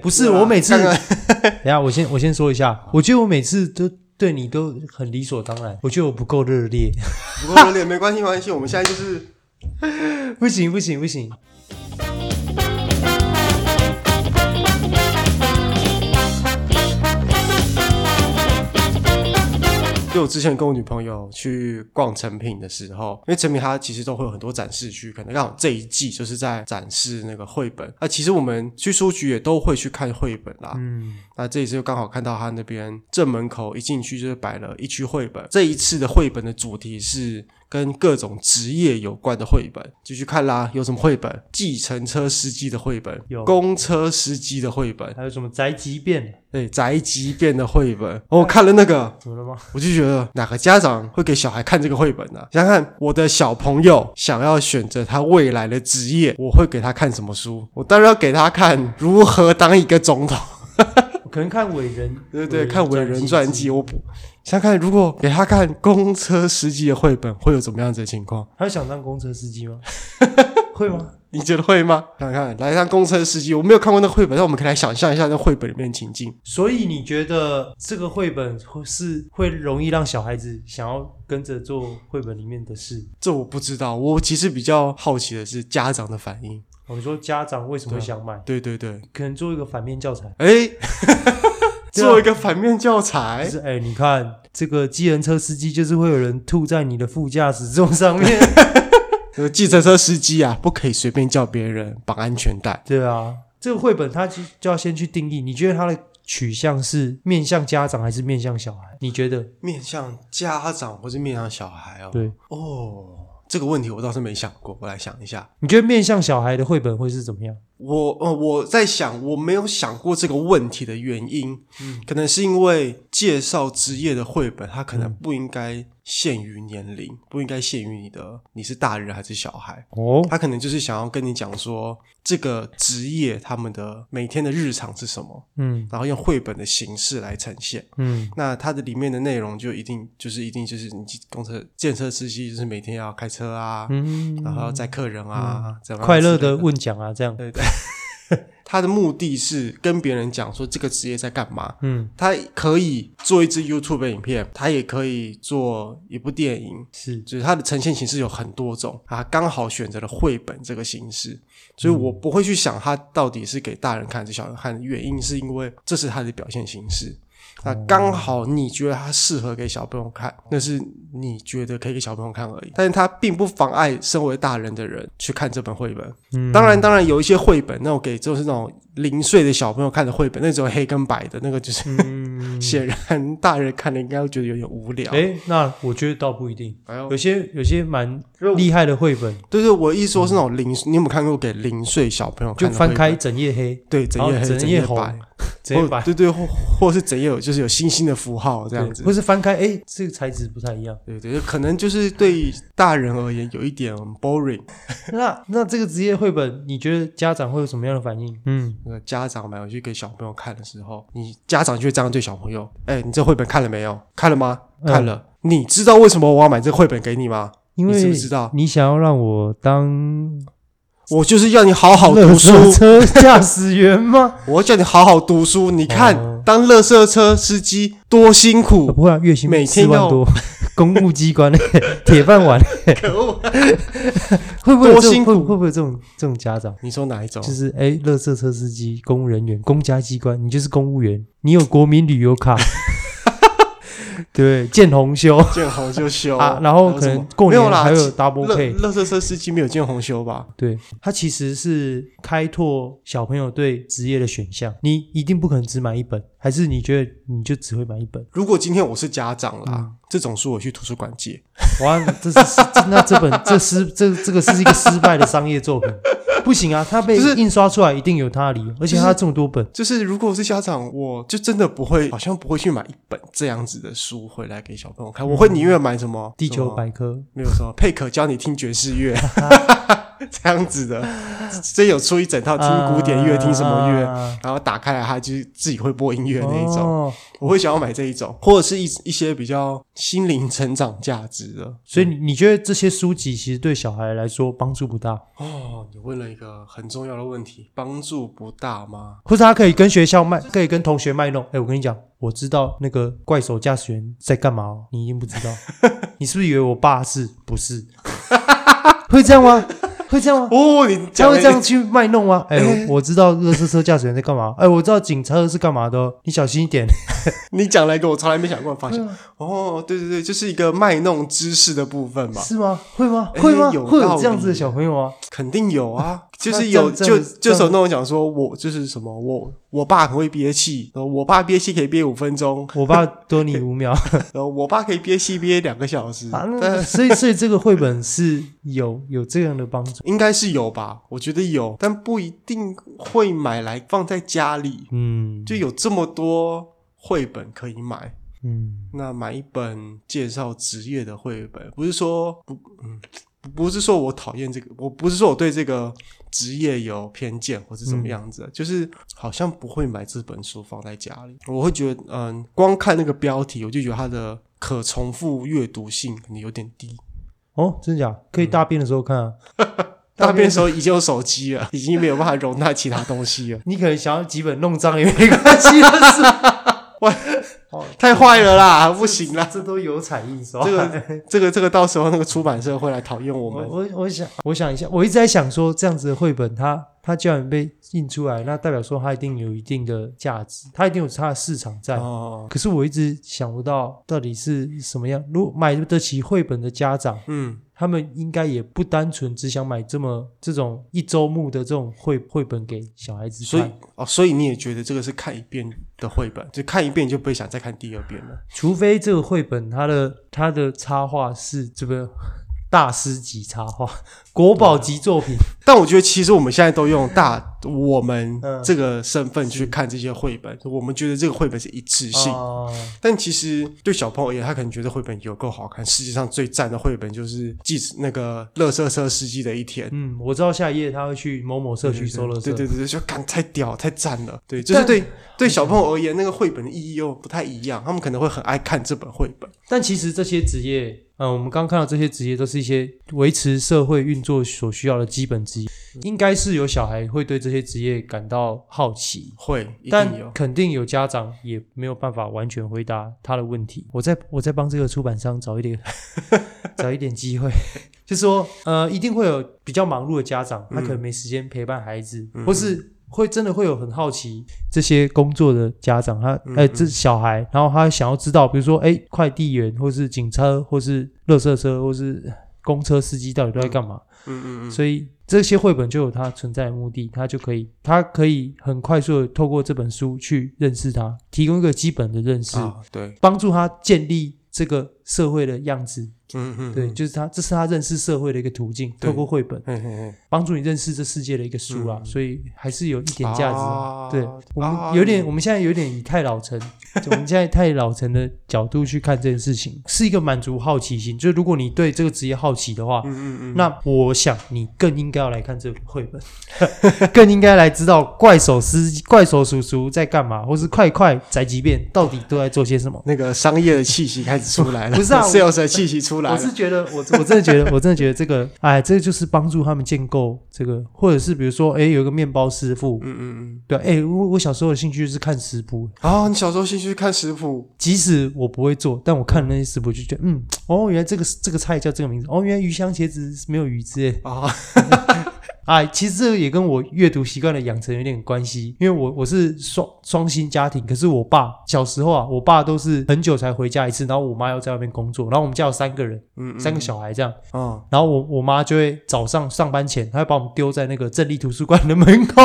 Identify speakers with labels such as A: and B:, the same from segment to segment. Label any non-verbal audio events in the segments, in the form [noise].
A: 不是我每次， [laughs] 等一下我先我先说一下，我觉得我每次都对你都很理所当然，我觉得我不够热烈， [laughs]
B: 不过热烈没关系，没关系，我们现在就是
A: 不行不行不行。
B: 就我之前跟我女朋友去逛成品的时候，因为成品它其实都会有很多展示区，可能刚好这一季就是在展示那个绘本。那、其实我们去书局也都会去看绘本啦。嗯，那这一次就刚好看到他那边正门口一进去就是摆了一区绘本，这一次的绘本的主题是。跟各种职业有关的绘本，就去看啦。有什么绘本？计程车司机的绘本，
A: 有
B: 公车司机的绘本，
A: 还有什么宅急便？
B: 对，宅急便的绘本。哦，我看了那个，
A: 怎么了吗？
B: 我就觉得哪个家长会给小孩看这个绘本呢、想想看，我的小朋友想要选择他未来的职业，我会给他看什么书？我当然要给他看如何当一个总统， [laughs]
A: 我可能看伟人，
B: 对不对？看伟人传
A: 传
B: 记，，我不想想看，如果给他看公车司机的绘本，会有怎么样子的情况？
A: 他想当公车司机吗？ [laughs] 会吗？
B: 你觉得会吗？想想看，来让公车司机，我没有看过那绘本，但我们可以来想象一下那绘本里面的情境。
A: 所以你觉得这个绘本会是会容易让小孩子想要跟着做绘本里面的事？
B: 这我不知道，我其实比较好奇的是家长的反应。
A: 我们说家长为什么会想买？
B: 对对啊对，
A: 可能做一个反面教材，
B: [laughs] 哎，
A: 对啊
B: 做一个反面教
A: 就
B: 材。
A: 是哎、你看这个机人车司机就是会有人吐在你的副驾驶座上面， [laughs]
B: 呃，计程车司机啊，不可以随便叫别人绑安全带。
A: 对啊。这个绘本它就就要先去定义，你觉得它的取向是面向家长还是面向小孩？你觉得？
B: 面向家长或是面向小孩哦？
A: 对，
B: 哦，这个问题我倒是没想过，我来想一下。
A: 你觉得面向小孩的绘本会是怎么样？
B: 我呃，我在想，我没有想过这个问题的原因，可能是因为介绍职业的绘本，它可能不应该限于年龄，不应该限于你的你是大人还是小孩。
A: 哦，
B: 他可能就是想要跟你讲说，这个职业他们的每天的日常是什么，
A: 嗯
B: 然后用绘本的形式来呈现。
A: 嗯，
B: 那它的里面的内容就一定就是一定就是你公车、建车司机就是每天要开车啊，
A: 嗯
B: 然后要载客人啊，这样
A: 快乐
B: 之
A: 的
B: 类。
A: 问奖啊，这样，
B: 对对，他的目的是跟别人讲说这个职业在干嘛。
A: 嗯，
B: 他可以做一支 YouTube 影片，他也可以做一部电影，
A: 是，
B: 就是它的呈现形式有很多种啊，刚好选择了绘本这个形式，所以
A: 嗯
B: 我不会去想它到底是给大人看还是小孩看，原因是因为这是它的表现形式。那
A: 哦
B: 刚好你觉得它适合给小朋友看，那是你觉得可以给小朋友看而已，但是它并不妨碍身为大人的人去看这本绘本。
A: 嗯
B: 当然，当然有一些绘本那种给就是那种零岁的小朋友看的绘本，那种黑跟白的那个就是
A: [laughs] 嗯，
B: 显然大人看了应该会觉得有点无聊。
A: 哎、那我觉得倒不一定，
B: 哎呦
A: 有些有些蛮厉害的绘本，
B: 对对，我一说是那种零，你有没有看过给零岁小朋友看
A: 就
B: 的
A: 翻
B: 绘
A: 开
B: 本？
A: 整页黑，
B: 对，整页
A: 然
B: 黑、
A: 后整
B: 页
A: 页红
B: 白，
A: [laughs] 整页
B: 或
A: 白
B: 对对，或或是整页有就是有星星的符号这
A: 对
B: 样子。
A: 或是翻开，哎、这个材质不太一样。
B: 对对，可能就是对大人而言有一点 boring，
A: [laughs] 那那这个职业绘本，你觉得家长会有什么样的反应？嗯，
B: 那个家长买回去给小朋友看的时候，你家长就会这样对小朋友：“哎，你这绘本看了没有？看了吗？
A: 嗯
B: 看了。你知道为什么我要买这绘本给你吗？
A: 因
B: 你
A: 为
B: 知不知道？
A: 你想要让我当
B: 我就是要你好好
A: 垃
B: 读
A: 圾
B: 书，
A: 车驾驶员 [laughs] 吗？
B: 我要叫你好好读书。你看，
A: 哦
B: 当垃圾车司机多辛苦
A: 哦、，不会、啊，月薪
B: 每天
A: 4万
B: 要
A: [laughs] 多，公务机关、 [laughs] 铁饭 [laughs] 碗，
B: 可恶！
A: 会不会有
B: 多
A: 这
B: 辛
A: 种
B: 苦
A: 会会不会有这种这种家长？
B: 你说哪一种？
A: 就是哎，垃圾车司机、公务人员、公家机关，你就是公务员，你有国民旅游 [laughs] 卡，对，见红休
B: 见红就休
A: 啊，然后可能过
B: 没有
A: 年
B: 啦，
A: 还有
B: 乐
A: double pay，
B: 乐色车司机没有见红休吧？
A: 对，它其实是开拓小朋友对职业的选项。你一定不可能只买一本，还是你觉得你就只会买一
B: [laughs]
A: 本？
B: 如果今天我是家长啦，
A: 嗯
B: 这种书我去图书馆借，
A: 哇，这是这那这
B: [laughs]
A: 本这失这这个是一个失败的商业作品，不行啊！它被
B: 就是
A: 印刷出来一定有它的理由，而且它这么多本，
B: 就是如果我是家长，我就真的不会，好像不会去买一本这样子的书回来给小朋友看，我会宁愿买什么
A: 地
B: 什
A: 球
B: 么
A: 百科》 [laughs]
B: 没有什么佩可教你听爵士乐，这样子的，所以有出一整套听古典乐、听什么
A: 啊
B: 乐，然后打开来它就是自己会播音乐
A: 乐
B: 的那一种。
A: 种。
B: 我会想要买这一种，或者是一一些比较心灵成长价值的。
A: 所以你你觉得这些书籍其实对小孩来说帮助不大，
B: 哦，你问了一个很重要的问题，帮助不大吗？
A: 或者他可以跟学校卖，可以跟同学卖弄。哎，我跟你讲，我知道那个怪手驾驶员在干嘛、哦，你一定不知
B: [laughs]
A: 道。你是不是以为我爸是？不是？ [laughs] 会这样吗？会这样吗？
B: 哦，你
A: 他
B: 讲
A: 会
B: 了
A: 这样去卖弄吗？哎、我我知道乐色车驾驶员在干嘛。哎、我知道警车是干嘛的哦，你小心一点。
B: 你讲了一个我从来没想过的发现。哦，对对对，就是一个卖弄知识的部分嘛，
A: 是吗？会吗？
B: 哎
A: 会吗？
B: 有
A: 会
B: 道
A: 有
B: 理
A: 这样子的小朋友吗？
B: 肯定有 [laughs] 啊，就是
A: 那
B: 有
A: 这
B: 就
A: 样这
B: 就
A: 样
B: 有那种讲说，我就是什么，我我爸很会憋气，然后我爸憋气可以憋五分钟，
A: 我爸多你五
B: [laughs]
A: 秒啊！
B: 然后我爸可以憋气憋两个小时，
A: 那所以所以这个绘本是有有这样的帮助。
B: 应该是有吧？我觉得有，但不一定会买来放在家里，
A: 嗯
B: 就有这么多绘本可以买。
A: 嗯，
B: 那买一本介绍职业的绘本，不是说不嗯，不是说我讨厌这个，我不是说我对这个职业有偏见或是怎么样子的，就是好像不会买这本书放在家里。我会觉得，嗯，光看那个标题，我就觉得它的可重复阅读性可能有点低。
A: 哦，真的假？可以大便的时候看啊。
B: 大便的时候已经有手机了，已经没有办法容纳其他东西了，
A: 你可能想要几本弄脏也没关系，但是
B: 太坏了啦，不行啦！
A: 这都有彩印刷。
B: 这个、这个、这个，到时候那个出版社会来讨厌
A: [laughs] 我
B: 我们。
A: 我我想我想一下，我一直在想说，这样子的绘本它。它既然被印出来，那代表说它一定有一定的价值，它一定有它的市场在。
B: 哦，
A: 可是我一直想不到到底是什么样。如果买得起绘本的家长，
B: 嗯，
A: 他们应该也不单纯只想买这么这种一周目的这种绘绘本给小孩子看。
B: 所以哦，所以你也觉得这个是看一遍的绘本，就看一遍你就不会想再看第二遍了。
A: 除非这个绘本它的它的插画是这个 [laughs] 大师级插画、 [laughs] 国宝级作品，
B: 但我觉得其实我们现在都用大我们
A: 嗯
B: 这个身份去看这些绘本，我们觉得这个绘本是一致性。
A: 哦
B: 但其实对小朋友而言，他可能觉得绘本有够好看。世界上最赞的绘本就是《记那个乐色车司机的一天》。
A: 嗯，我知道下一页他会去某某社区收了色。
B: 对对对对，就感太屌太赞了。对，就是对对小朋友而言，那个绘本的意义又不太一样，他们可能会很爱看这本绘本。
A: 但其实这些职业，嗯，我们刚看到这些职业都是一些维持社会运作所需要的基本职业，
B: 嗯
A: 应该是有小孩会对这些职业感到好奇。
B: 会，一定有
A: 但。肯定有家长也没有办法完全回答他的问题。我在我在帮这个出版商找一点 [laughs] 找一点机会，就说呃，一定会有比较忙碌的家长，他可能没时间陪伴孩子，
B: 嗯
A: 或是会真的会有很好奇这些工作的家长，他
B: 嗯
A: 呃
B: 嗯
A: 这小孩，然后他想要知道，比如说哎，快递员，或是警车，或是垃圾车，或是公车司机到底都在干嘛？
B: 嗯嗯嗯。
A: 所以这些绘本就有它存在的目的，它就可以，它可以很快速的透过这本书去认识它，提供一个基本的认识，
B: 啊，对，
A: 帮助他建立这个社会的样子。
B: 嗯嗯，
A: 对，
B: 嗯，
A: 就是他，这是他认识社会的一个途径，
B: 对
A: 透过绘本
B: 嘿嘿嘿，
A: 帮助你认识这世界的一个书啊，
B: 嗯
A: 所以还是有一点价值啊。
B: 啊
A: 对我
B: 啊
A: 们有点，我们现在有点以太老成， [laughs] 我们现在太老成的角度去看这件事情，是一个满足好奇心。就是如果你对这个职业好奇的话，
B: 嗯嗯嗯，
A: 那我想你更应该要来看这本 [laughs] 绘本，更应该来知道怪手司机、怪手叔叔在干嘛，或是快快宅急便到底都在做些什么。
B: 那个商业的气息开始出来了，
A: 不是啊我
B: ，sales 的气息出来
A: 我
B: 了，
A: 是觉得，我我真的觉得，我 [laughs] 真的觉得这个，哎，这就是帮助他们建构这个，或者是比如说，哎，有一个面包师傅，
B: 嗯嗯嗯。
A: 对，哎，我我小时候的兴趣就是看食谱，
B: 啊，你小时候兴趣看食谱，
A: 即使我不会做，但我看了那些食谱就觉得，嗯，哦，原来这个这个菜叫这个名字，哦，原来鱼香茄子是没有鱼之类的
B: 啊，
A: 啊，其实这个也跟我阅读习惯的养成有点关系，因为我我是双双薪家庭，可是我爸小时候啊，我爸都是很久才回家一次，然后我妈要在外面工作，然后我们家有三个人，
B: 嗯，嗯
A: 三个，小孩这样，
B: 嗯，
A: 然后我我妈就会早上上班前，她会把我们丢在那个镇立图书馆的 [laughs] 门口，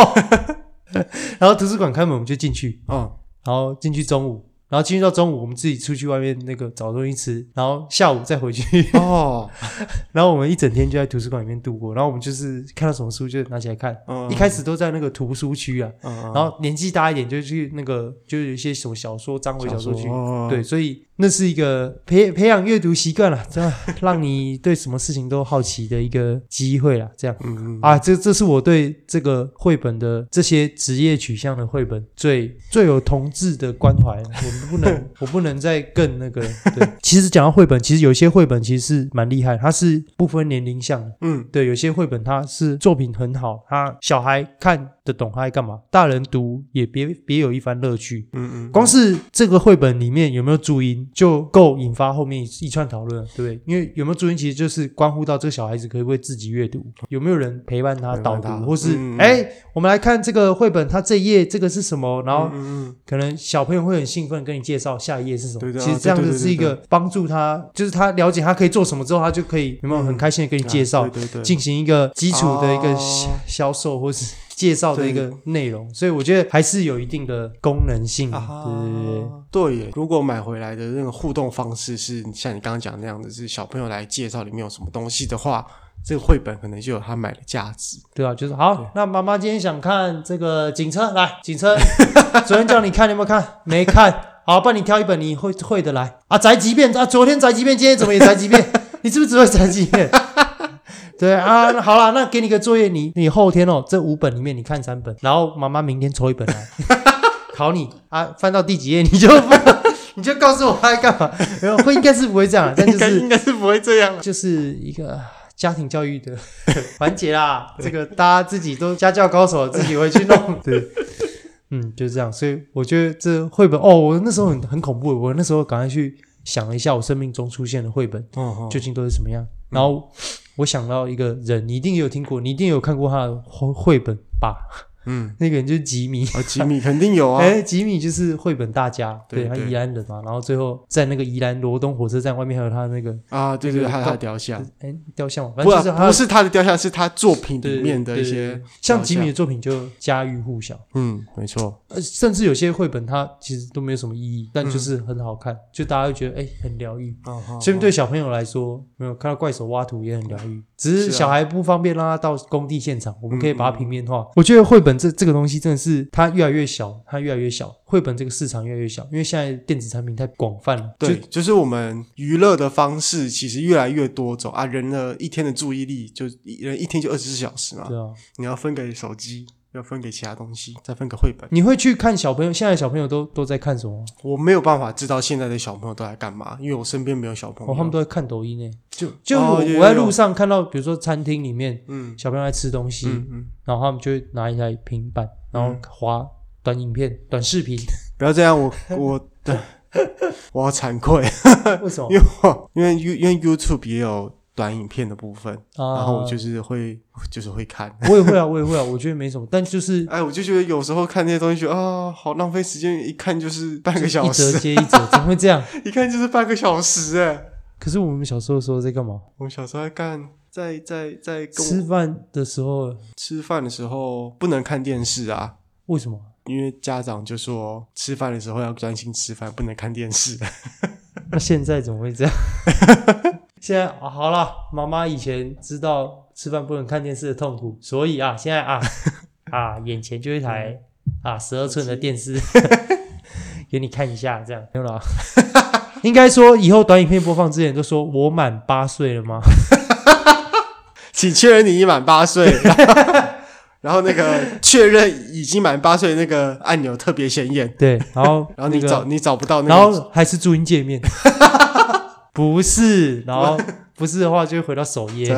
A: 然后图书馆开门我们就进去，
B: 嗯，
A: 然后进去中午，然后进入到中午，我们自己出去外面那个找东西吃，然后下午再回去， [laughs]
B: 哦，
A: 然后我们一整天就在图书馆里面度过。然后我们就是看到什么书就拿起来看，
B: 嗯
A: 一开始都在那个图书区啊，然
B: 然
A: 后年纪大一点就去那个就是有一些什么小说、章回小说区，
B: 哦
A: 对，所以那是一个培培养阅读习惯了，这样让你对什么事情都好奇的一个机会啦。这样
B: 嗯
A: 啊，这这是我对这个绘本的这些职业取向的绘本最最有同志的关怀了。我不能，我不能再更那个了。对，其实讲到绘本，其实有一些绘本其实是蛮厉害，它是不分年龄向的。
B: 嗯
A: 对，有些绘本它是作品很好，它小孩看得懂，他爱干嘛？大人读也别别有一番乐趣。
B: 嗯嗯，
A: 光是这个绘本里面有没有注音，就够引发后面一一串讨论了，对不对？因为有没有注音，其实就是关乎到这个小孩子可不可以自己阅读，有没有人陪伴他
B: 陪
A: 导
B: 伴
A: 读
B: 他，
A: 或是
B: 嗯嗯
A: 哎、我们来看这个绘本，它这一页这个是什么？然后
B: 嗯嗯
A: 可能小朋友会很兴奋，跟你介绍下一页是什么。
B: 对对啊
A: 其实这样
B: 对
A: 子
B: 对对
A: 是一
B: 对
A: 个帮助他，就是他了解他可以做什么之后，他就可以有没有很
B: 嗯
A: 开心的跟你
B: 嗯
A: 介绍
B: 啊。对对对，
A: 进行一个基础的一个
B: 哦
A: 销销售或是介绍的一个内容，所以我觉得还是有一定的功能性。
B: 啊
A: 对对对对
B: 哈，对耶！如果买回来的那个互动方式是像你刚刚讲那样的，是小朋友来介绍里面有什么东西的话，这个绘本可能就有他买的价值。
A: 对啊，就是好。那妈妈今天想看这个警车，来警车， [laughs] 昨天叫你看，你有没有看？没看。好，帮你挑一本你会会的来啊。宅急便啊，昨天宅急便，今天怎么也宅急便？你是不是只会宅急便？对啊，那好啦，那给你个作业，你你后天哦，这五本里面你看三本，然后妈妈明天抽一本来考你啊，翻到第几页你就 [laughs] 你就告诉我他在干嘛，没有会应该是不会这样
B: [laughs]
A: 啊，但就
B: 应该
A: 是
B: 应该是不会这样了。
A: 就是一个啊家庭教育的 [laughs] 环节啦。这个大家自己都家教高手，自己回去
B: [laughs]
A: 弄。对，嗯，就是这样。所以我觉得这绘本哦，我那时候很很恐怖，我那时候赶快去想了一下我生命中出现的绘本
B: 哦嗯
A: 究竟都是什么样。然后我想到一个人，你一定有听过，你一定有看过他的绘绘本吧？ [laughs]
B: 嗯，
A: 那个人就是吉米。
B: 啊，吉米肯定有 [laughs] 啊。
A: 哎，吉米就是绘本大家，对
B: 对
A: 他
B: 对
A: 宜兰人嘛，然后最后在那个宜兰罗东火车站外面还有他那个
B: 啊，对
A: 那
B: 对对，
A: 个
B: 还有他的雕像，
A: 哎雕像嘛，反
B: 不
A: 正
B: 啊
A: 就是他
B: 不是他的雕像，是他作品
A: 对
B: 里面的一些
A: 对对，对像
B: 雕
A: 吉米
B: 像
A: 的作品就家喻户晓，
B: 嗯，没错，
A: 呃，甚至有些绘本它其实都没有什么意义，但就是
B: 嗯
A: 很好看，就大家会觉得哎、很疗愈。
B: 哦
A: 所以对小朋友来说，没有看到怪手挖土也很疗愈，只是
B: 是啊
A: 小孩不方便让他到工地现场，我们可以
B: 嗯
A: 把它平面化。我觉得绘本这这个东西真的是它越来越小，它越来越小，绘本这个市场越来越小，因为现在电子产品太广泛了，
B: 对，就是我们娱乐的方式其实越来越多种啊，人的一天的注意力就一人一天就二十四小时嘛
A: 就，对啊。
B: 你要分给手机，要分给其他东西，再分给绘本。
A: 你会去看小朋友，现在小朋友都都在看什么？
B: 我没有办法知道现在的小朋友都在干嘛，因为我身边没有小朋友。
A: 哦，他们都在看抖音呢。
B: 就
A: 就
B: 哦
A: 我
B: 有有
A: 我在
B: 有
A: 路上看到，比如说餐厅里面
B: 嗯
A: 小朋友在吃东西，
B: 嗯嗯，
A: 然后他们就会拿一台平板，然后滑短影
B: 嗯
A: 片、短视
B: [laughs]
A: 频。
B: 不要这样，我我对，我好惭愧， [laughs]
A: 为什么
B: 因？为我因为 You 因为 YouTube 也有短影片的部分，
A: 啊
B: 然后我就是会就是会看。
A: 我也会啊，我也会啊，我觉得没什么，但就是
B: 哎，我就觉得有时候看那些东西，觉得啊，好浪费时间，一看就是半个
A: 一
B: 小
A: 折
B: 时，
A: 接一折，怎么会这样？
B: 一看就是半个小时哎。
A: 可是我们小时候的时候在干嘛？
B: 我们小时候在干，在在在跟
A: 吃
B: 我
A: 饭的时候
B: 吃饭的时候不能看电视啊，
A: 为什么？
B: 因为家长就说吃饭的时候要专心吃饭，不能看电视。
A: [laughs] 那现在怎么会这
B: [laughs]
A: 样？现在、啊、好了，妈妈以前知道吃饭不能看电视的痛苦，所以啊，现在
B: [laughs]
A: 啊啊，眼前就一
B: 嗯
A: 台啊十二寸的电
B: [laughs]
A: 视，给你看一下，这样没有了。 [laughs] 应该说以后短影片播放之前都说我满八岁了
B: [laughs]
A: 吗？
B: 请确认你已满八岁，然后 [laughs] 然后那个确认已经满八岁那个按钮特别显眼，
A: 对，然后
B: 然后你
A: 那个
B: 找、你找不到那个，
A: 然后还是注音界
B: [laughs]
A: 面，不是，然后不是的话就会回到首
B: [laughs]
A: 页。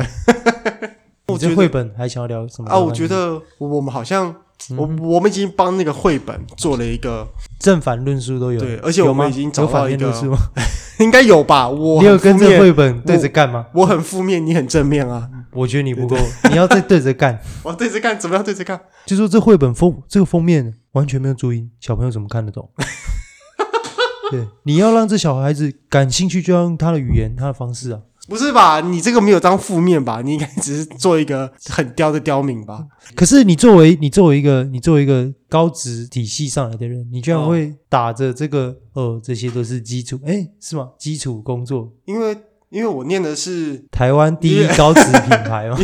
B: 我
A: 你这
B: 觉得
A: 绘本还想要聊什么
B: 啊，我觉得我们好像。
A: 嗯
B: 我我们已经帮那个绘本做了一个，
A: 正反论述都有，
B: 对而且
A: 有
B: 我们
A: 吗
B: 已经
A: 有
B: 找
A: 反
B: 到一
A: 面论
B: 个
A: 述吗？
B: 应该有吧？我
A: 你有
B: 很
A: 跟
B: 负
A: 这
B: 面
A: 绘本对着干吗？
B: 我很负面，你很正面啊！
A: 我觉得你不够， [laughs] 你要再对着干。
B: 我对着看，怎么样对着看？
A: 就说这绘本封这个封面完全没有注音，小朋友怎么看得
B: [laughs]
A: 懂？对，你要让这小孩子感兴趣，就要用他的语言、他的方式啊。
B: 不是吧？你这个没有当负面吧？你应该只是做一个很刁的刁民吧？
A: 可是你作为你作为一个你作为一个高职体系上来的人，你居然
B: 哦
A: 会打着这个哦，这些都是基础，哎，是吗？基础工作，
B: 因为因为我念的是
A: 台湾第
B: [laughs]
A: 一高职品牌嘛。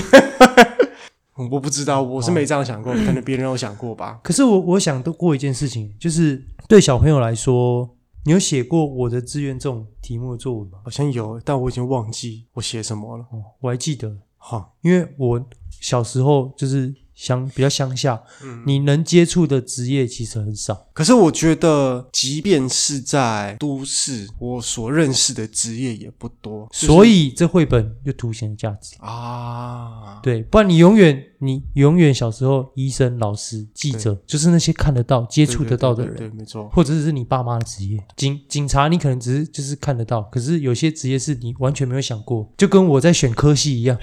B: 嗯我不知道，我是没这样想过，可能别人有想过吧。
A: 可是我我想都过一件事情，就是对小朋友来说，你有写过我的志愿这种题目的作文吗？
B: 好像有，但我已经忘记我写什么了。
A: 哦，我还记得，
B: 哈，
A: 因为我小时候就是乡比较乡下，
B: 嗯
A: 你能接触的职业其实很少。
B: 可是我觉得，即便是在都市，我所认识的职业也不多，就是
A: 所以这绘本就凸显了价值。
B: 啊，
A: 对，不然你永远你永远小时候医生、老师、记者，就是那些看得到、接
B: 对
A: 触得到的人，
B: 对，对对没错，
A: 或者是你爸妈的职业。警警察，你可能只是就是看得到，可是有些职业是你完全没有想过，就跟我在选科系一样。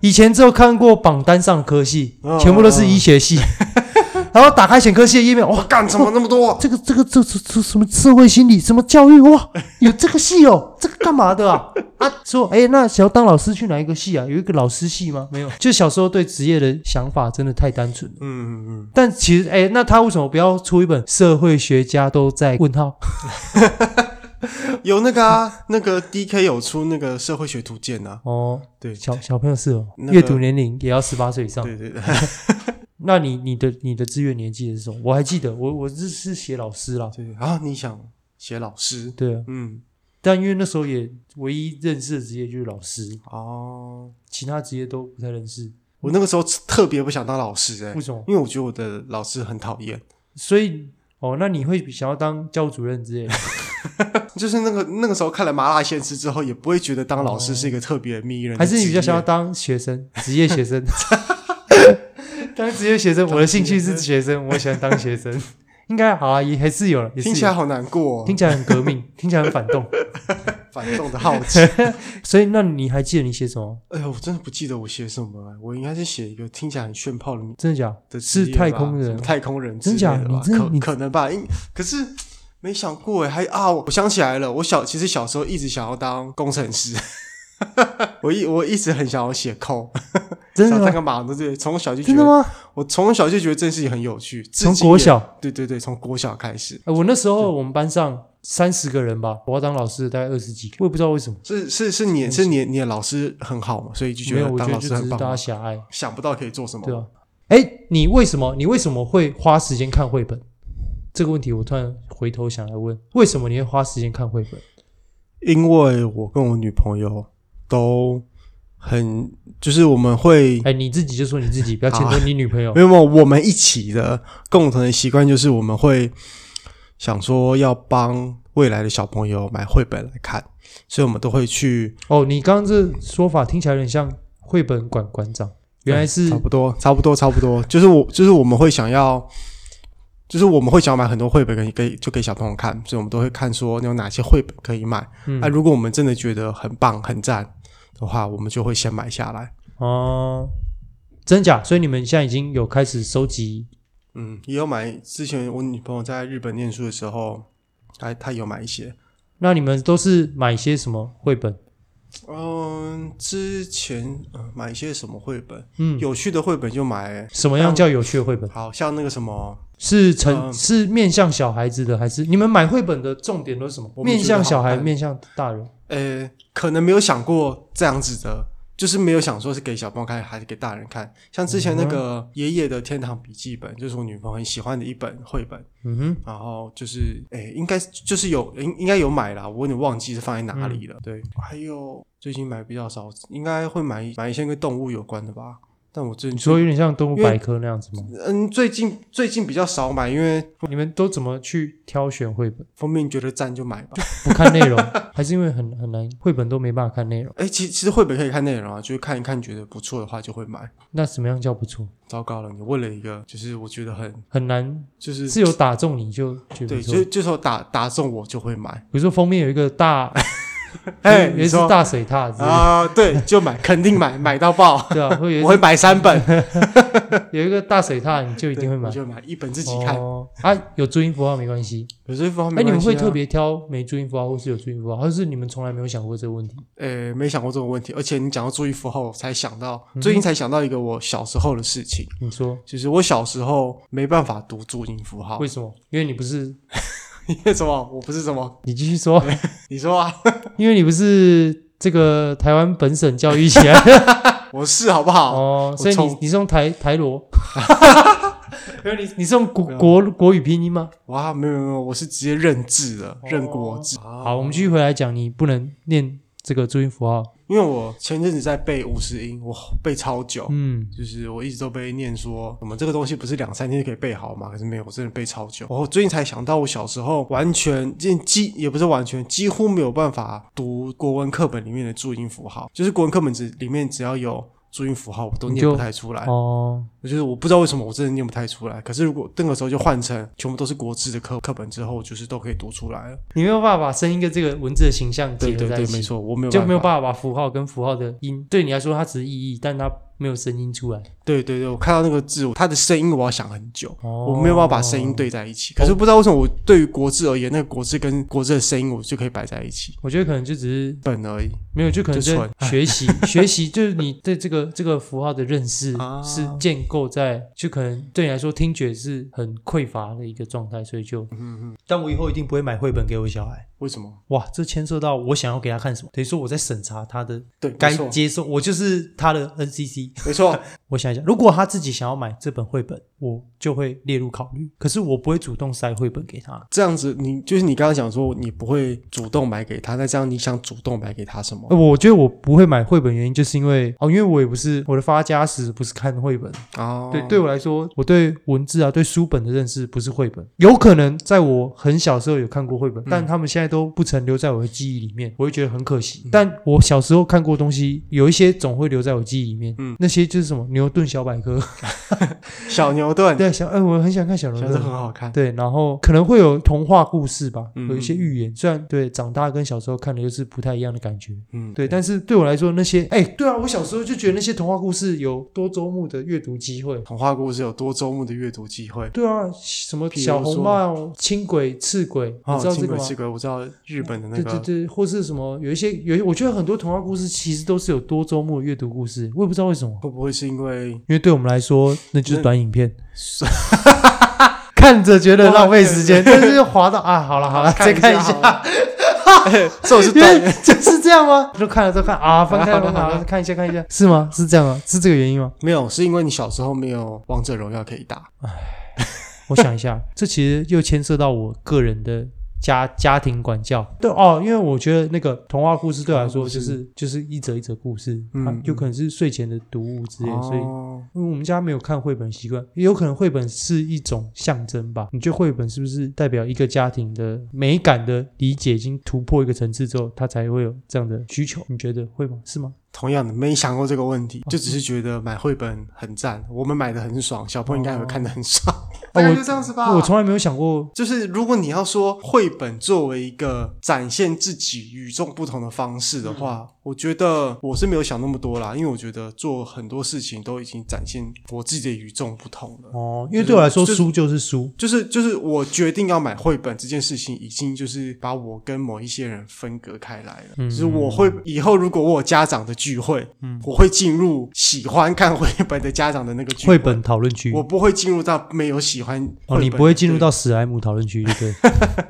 A: 以前只有看过榜单上的科系
B: 嗯，
A: 全部都是医学系，然后打开选科系的页面，哇，
B: 干怎么那么多？
A: 这个这个这这这什么社会心理什么教育哇，有这个系哦，这个干嘛的啊？啊，说哎，那想要当老师去哪一个系啊？有一个老师系吗？没有，就小时候对职业的想法真的太单纯了。
B: 嗯嗯嗯，
A: 但其实哎，那他为什么不要出一本社会学家都在问号？
B: 有那个啊，那个 D K 有出那个社会学图鉴啊，
A: 哦，
B: 对
A: 小小朋友是哦，
B: 那个
A: 阅读年龄也要十八岁以上。
B: 对对对
A: 那你你的你的志愿年纪是什么？我还记得，我我是是写老师啦。
B: 对啊，你想写老师？
A: 对啊，
B: 嗯，
A: 但因为那时候也唯一认识的职业就是老师，
B: 哦，
A: 其他职业都不太认识。
B: 我那个时候特别不想当老师哎、
A: 为什么？
B: 因为我觉得我的老师很讨厌，
A: 所以哦，那你会想要当教主任之类
B: [laughs]
A: 的？
B: 就是那个那个时候看了《麻辣鲜师》之后，也不会觉得当老师是一个特别迷人的
A: 还是你比较
B: 职业
A: 想要当学生，职业学
B: [laughs]
A: 生？当职业学生，我的兴趣是学生，我喜欢当学
B: [laughs]
A: 生，应该好啊，也还是有了，也是
B: 听起
A: 有
B: 来好难过、哦
A: 听，起来很革命，听起来很反动。
B: 反动的好奇。 [laughs]
A: 所以，那你还记得你写什么？
B: 哎呦，我真的不记得我写什么了，我应该是写一个听起来很炫炮的名
A: 真的假
B: 的职
A: 是
B: 业吧
A: 太空
B: 什么
A: 人，
B: 太空人之
A: 真
B: 类
A: 假
B: 的吧？
A: 你真的
B: 可
A: 你
B: 可能吧？因可是没想过哎，还啊，我想起来了，我小其实小时候一直想要当工程师， [laughs] 我一我一直很想要写扣，
A: 真
B: 想
A: 的
B: 当
A: 吗？
B: 个码农，对，从小就觉
A: 真的
B: 得，
A: 吗？
B: 我从小就觉得这件事情很有趣，至
A: 从
B: 今
A: 国
B: 也，
A: 小，
B: 对对对，从国小开始。
A: 呃我那时候我们班上三十个人吧，我要当老师的大概二十几个，我也不知道为什么，
B: 是是是你是你你的老师很好嘛，所以就觉
A: 没有，
B: 得
A: 我觉
B: 当
A: 得
B: 老
A: 就
B: 师
A: 只
B: 很
A: 是大
B: 棒啊哦
A: 家狭
B: 嘛，
A: 隘。
B: 想不到可以做什么。
A: 对啊，哎，你为什么你为什么会花时间看绘本？这个问题我突然回头想来问，为什么你会花时间看绘本？
B: 因为我跟我女朋友都很，就是我们会
A: 哎，你自己就说你自己，
B: [laughs]
A: 不要牵拖
B: 啊
A: 你女朋友
B: 没。有没有，我们一起的共同的习惯就是我们会想说要帮未来的小朋友买绘本来看，所以我们都会去，
A: 哦，你刚刚这说法听起来有点像绘本馆馆长，原来是
B: 差不多，差不多，差不多，就是我就是我们会想要。就是我们会想要买很多绘本给给就给小朋友看，所以我们都会看说有哪些绘本可以买。那、
A: 嗯
B: 如果我们真的觉得很棒很赞的话，我们就会先买下来。
A: 哦，真假？所以你们现在已经有开始收集
B: 嗯，也有买。之前我女朋友在日本念书的时候，她她有买一些。
A: 那你们都是买些什么绘本？
B: 嗯，之前、呃买一些什么绘本？
A: 嗯，
B: 有趣的绘本就买，
A: 什么样叫有趣的绘本？
B: 好像那个什么，
A: 是成、
B: 嗯
A: 是面向小孩子的，还是你们买绘本的重点都是什么？
B: 我们
A: 面
B: 觉得
A: 向小
B: 好
A: 孩，
B: 看
A: 面向大人。
B: 呃，可能没有想过这样子的，就是没有想说是给小朋友看还是给大人看。像之前那
A: 嗯
B: 个爷爷的天堂笔记本，就是我女朋友很喜欢的一本绘本，
A: 嗯哼，
B: 然后就是，哎，应该就是有应应该有买啦，我有点忘记是放在哪里
A: 嗯
B: 了。对，还有最近买比较少，应该会买买一些跟动物有关的吧。但我最
A: 你
B: 近
A: 说有点像动物
B: 因为
A: 百科那样子吗？
B: 嗯，最近最近比较少买，因为
A: 你们都怎么去挑选绘本？
B: 封面觉得赞就买吧。
A: 不看内
B: [laughs]
A: 容，还是因为很很难，绘本都没办法看内容。
B: 哎、其其实绘本可以看内容啊，就是看一看觉得不错的话就会买。
A: 那什么样叫不错？
B: 糟糕了，你问了一个，就是我觉得很
A: 很难
B: 就是
A: 是有打中你就觉得
B: 对，
A: 不错。 [laughs]
B: 就就是我打打中我就会买。 [laughs]
A: 比如说封面有一个大
B: 哎，
A: 有一
B: 你
A: 只
B: 说
A: 大水獭之类的，
B: 啊，对，就买，肯定买，买
A: [laughs]
B: 到爆，
A: 对啊，会有一
B: [laughs] 我会买三本，
A: 有一个大水獭，你就 [laughs] 一定会买
B: 我。就买一本自己看。哦
A: 哦、啊，有注音符号没关系。
B: 有这方
A: 哎、
B: 面，啊
A: 你们会特？别挑没注音符号，或是有注音符号，还是你们从来没有想过这个问题？
B: 呃，没想过这种问题，而且你讲到注意符号，我才想到，
A: 嗯
B: 最近才想到一个我小时候的事情，
A: 你说
B: 就是我小时候没办法读注音符号 [laughs]
A: 为，什么？因为你不是，
B: 因为什么？我不是什么？
A: 你继续说，
B: 你说啊，
A: 因为你不是这个台湾本省教育起来的
B: 我是好不
A: [laughs]
B: 好？
A: 哦，所以
B: 从
A: 你你是用台台
B: [laughs]
A: 罗，因为你你是用国
B: 啊
A: 国国语拼音吗？
B: 哇，没有没有没有，我是直接认字的，认国字。
A: 哦好，我们继续回来讲，你不能念这个注音符号。
B: 因为我前阵子在背五十音，我背超久，
A: 嗯，
B: 就是我一直都被念说，我们这个东西不是两三天就可以背好吗？可是没有，我真的背超久。我最近才想到，我小时候完全这几也不是完全，几乎没有办法读国文课本里面的注音符号，就是国文课本只里面只要有注音符号，我都
A: 你
B: 念
A: 就
B: 不太出来。
A: 哦，
B: 就是我不知道为什么我真的念不太出来。可是如果那个时候就换成全部都是国字的课课本之后，就是都可以读出来了。
A: 你没有办法把声音跟这个文字的形象
B: 对
A: 结合
B: 对
A: 在
B: 对
A: 一，起
B: 没。错，我没有
A: 就没有
B: 办法。
A: 办法把符号跟符号的音，对你来说它只是意义，但它没有声音出来。
B: 对对对，我看到那个字，它的声音我要想很久。
A: 哦
B: 我没有办法把声音。对在一起。可是不知道为什么，我对于国字而言，那个国字跟国字的声音，我就可以摆在一起，
A: 我觉得可能就只是
B: 本而已。
A: 没有，就可能
B: 就
A: 在
B: 蠢
A: 学习 [laughs] 学习，就是你对这个这个符号的认识
B: 啊
A: 是建构在，就可能对你来说听觉是很匮乏的一个状态，所以就。
B: 嗯嗯，
A: 但我以后一定不会买绘本给我小孩。
B: 为什么？
A: 哇，这牵涉到我想要给他看什么，等于说我在审查他的
B: 对，
A: 该
B: 没错，
A: 接受，我就是他的 NCC。
B: 没错，
A: 我想一想，如果他自己想要买这本绘本，我就会列入考虑。可是我不会主动塞绘本给他。
B: 这样子你就是你刚刚讲说你不会主动买给他，那这样你想主动买给他什么
A: 呃我觉得我不会买绘本，原因就是因为哦，因为我也不是我的发家史不是看绘本。
B: 哦，
A: 对，对我来说，我对文字啊、对书本的认识不是绘本。有可能在我很小时候有看过绘本，但他们现在都不曾留在我的记忆里面，我会觉得很可惜。但我小时候看过的东西，有一些总会留在我记忆里面。
B: 嗯
A: 那些就是什么牛顿小百科， [laughs]
B: 小牛顿，
A: 对，小，哎、我很想看小牛
B: 小牛
A: 顿
B: 顿。很好看。
A: 对，然后可能会有童话故事吧，
B: 嗯
A: 有一些寓言。虽然对长大跟小时候看的又是不太一样的感觉，
B: 嗯，
A: 对，但是对我来说那些，哎，对啊，我小时候就觉得那些童话故事有多周目的阅读机会。
B: 童话故事有多周目的阅读机会。
A: 对啊，什么
B: 比如
A: 小
B: 说
A: 红帽、轻轨、赤轨，
B: 哦
A: 你知道
B: 轻
A: 这个
B: 轨
A: 吗？
B: 是个我知道日本的那
A: 对对
B: 个，
A: 对，或是什么有一些有一，我觉得很多童话故事其实都是有多周目的阅读故事，我也不知道为什么，
B: 会不会是因为
A: 因为对我们来说那就是
B: 那
A: 短影
B: [laughs]
A: 片，看着觉得浪费时间，但是又滑到啊，好了好了， [laughs] 再看一下
B: 好。了
A: [laughs]
B: 这种是
A: 因
B: 短
A: 为就是这样吗？就看了都看 [laughs] 啊，翻开了翻开
B: 好了好
A: 了
B: 了
A: 看一下看一下，是吗？是这样吗？是这个原因吗？
B: 没有，是因为你小时候没有王者荣耀可以打。
A: 我想一下， [laughs] 这其实又牵涉到我个人的家家庭管教。对哦，因为我觉得那个童话故事对我来说就是就是一则一则故事，
B: 嗯
A: 啊有可能是睡前的读物之类，所以。
B: 哦
A: 因为我们家没有看绘本习惯，也有可能绘本是一种象征吧。你觉得绘本是不是代表一个家庭的美感的理解已经突破一个层次之后，它才会有这样的需求？你觉得会吗？是吗？
B: 同样的，没想过这个问
A: 哦
B: 题，就只是觉得买绘本很赞，我们买的很爽，小朋友应该也会看得很爽，大概就这样子吧。
A: 哦我从来没有想过
B: 就是如果你要说绘本作为一个展现自己与众不同的方式的话，
A: 嗯
B: 我觉得我是没有想那么多啦，因为我觉得做很多事情都已经展现我自己的与众不同了。
A: 哦，因为对我来说，
B: 就是
A: 书就是书。
B: 就是就是我决定要买绘本这件事情，已经就是把我跟某一些人分隔开来了。
A: 嗯
B: 就是我会以后如果我有家长的聚会，我会进入喜欢看绘本的家长的那个聚
A: 绘，本讨论区
B: 我不会进入到没有喜欢绘本
A: 哦，
B: 的
A: 你不会进入到史莱姆讨论区，对不 [laughs]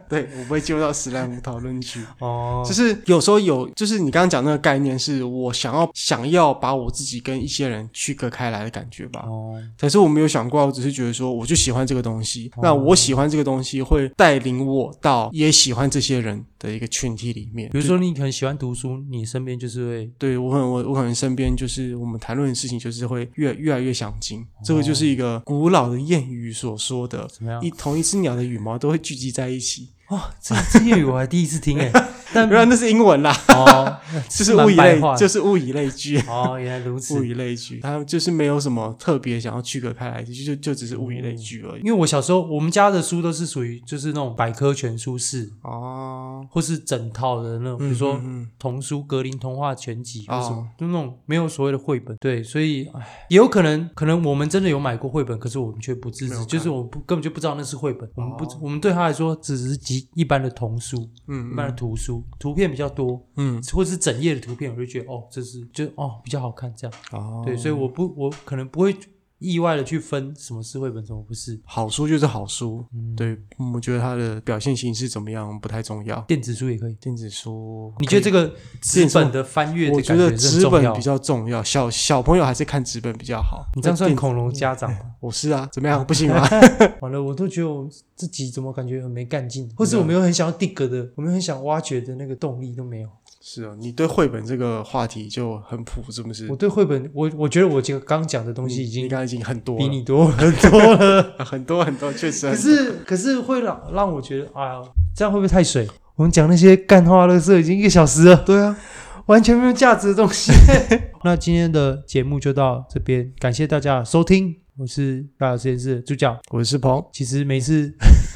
A: 对？
B: 对，对我不会进入到史莱姆讨论区。
A: 哦
B: 就，是有时候有，就是你刚刚讲那个概念，是我想要想要把我自己跟一些人区隔开来的感觉吧。
A: 哦，
B: 可是我没有想过，我只是觉得说，我就喜欢这个东西。
A: 哦
B: 那我喜欢这个东西，会带领我到也喜欢这些人的一个群体里面。
A: 比如，说你很喜欢读书，你身边就是会
B: 对我可能我我可能身边就是我们谈论的事情，就是会越越来越想精。
A: 哦
B: 这个就是一个古老的谚语所说的。
A: 怎么样哦
B: 一？同一只鸟的羽毛都会聚集在一起，
A: [laughs] 哇，这这谚语我还第一次听诶，但
B: 原来那是英
A: [laughs]
B: 文啦，
A: 哦，
B: 就是物以类
A: 嗯蛮白话，的
B: 就是物以
A: [laughs]
B: 类聚，
A: 哦，原来如
B: 物
A: 此。
B: 以类聚，它就是没有什么特别想要区隔开来，就就就只是物以类聚而已。
A: 因为我小时候，我们家的书都是属于就是那种百科全书式，
B: 哦，
A: 或是整套的那种，比如说
B: 嗯
A: 童书《格林童话全集》
B: 哦
A: 或什么，就那种没有所谓的绘本。对，所以唉也有可能，可能我们真的有买过绘本，可是我们却不自
B: 没有
A: 知，
B: 看
A: 就是我们不根本就不知道那是绘本，我们不
B: 哦，
A: 我们对他来说只是集一般的童书，
B: 嗯
A: 一般的图书，图片比较多，
B: 嗯，
A: 或是整页的图片，我就觉得哦，这是就哦比较好看这样。
B: 哦，
A: 对，所以我不，我可能不会意外的去分什么是绘本，什么不是。
B: 好书就是好书，
A: 嗯，，
B: 对，我觉得它的表现形式怎么样不太重要。
A: 电子书也可以。
B: 电子书，
A: 你觉得这个纸
B: 电子书
A: 本的翻阅的
B: 我
A: 感
B: 觉
A: 觉
B: 得
A: 是很
B: 纸
A: 重
B: 本
A: 要
B: 比？较重要，小小朋友还是看纸本比较好。
A: 你这样算
B: 电
A: 恐龙家长吗？
B: 我是啊，怎么样？不行吗？ [laughs]
A: 完了，我都觉得我自己怎么感觉很没干劲，或
B: 啊
A: 是我没有很想要 dig 的，我没有很想挖掘的那个动力都没有。
B: 是啊，你对绘本这个话题就很普，是不是
A: 我？对绘本，我我觉得我这个刚讲的东西已
B: 嗯你
A: 经
B: 刚刚已经很多
A: 比
B: 了，
A: 你多很多了。
B: [laughs]
A: [laughs]
B: 很多很多，确实
A: 可 [laughs]
B: 很。
A: 是可是会让让我觉得，哎呀，这样会不会太水？我们讲那些干话乐色已经一个小时了。
B: 对啊，
A: 完全没有价值的东
B: [laughs]
A: 西。那今天的节目就到这边，感谢大家的收听，我是大小实验室的助教。
B: 我是鹏，
A: 其实每次 [laughs]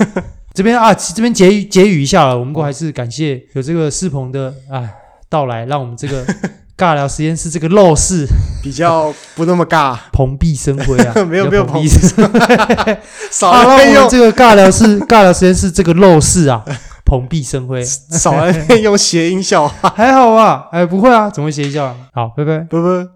A: 这边啊，这边结语结语一下了，我们过还是感谢有这个世鹏的啊到来，让我们这
B: [laughs]
A: 个尬聊实验室这个陋室 [laughs]
B: 比较不那么尬，，
A: 蓬荜生辉啊
B: [laughs] 没有
A: 比
B: 没有
A: 较蓬荜生辉，
B: 少
A: 啊，
B: 来
A: 让
B: 内
A: 我们
B: 用，
A: 这个尬聊室 [laughs] 尬聊实验室这个陋室啊蓬荜生
B: [laughs]
A: 辉，
B: 少来内用谐音笑话，
A: [laughs] 还好啊，哎不会啊，怎么会谐一下？好，拜拜。
B: 不不。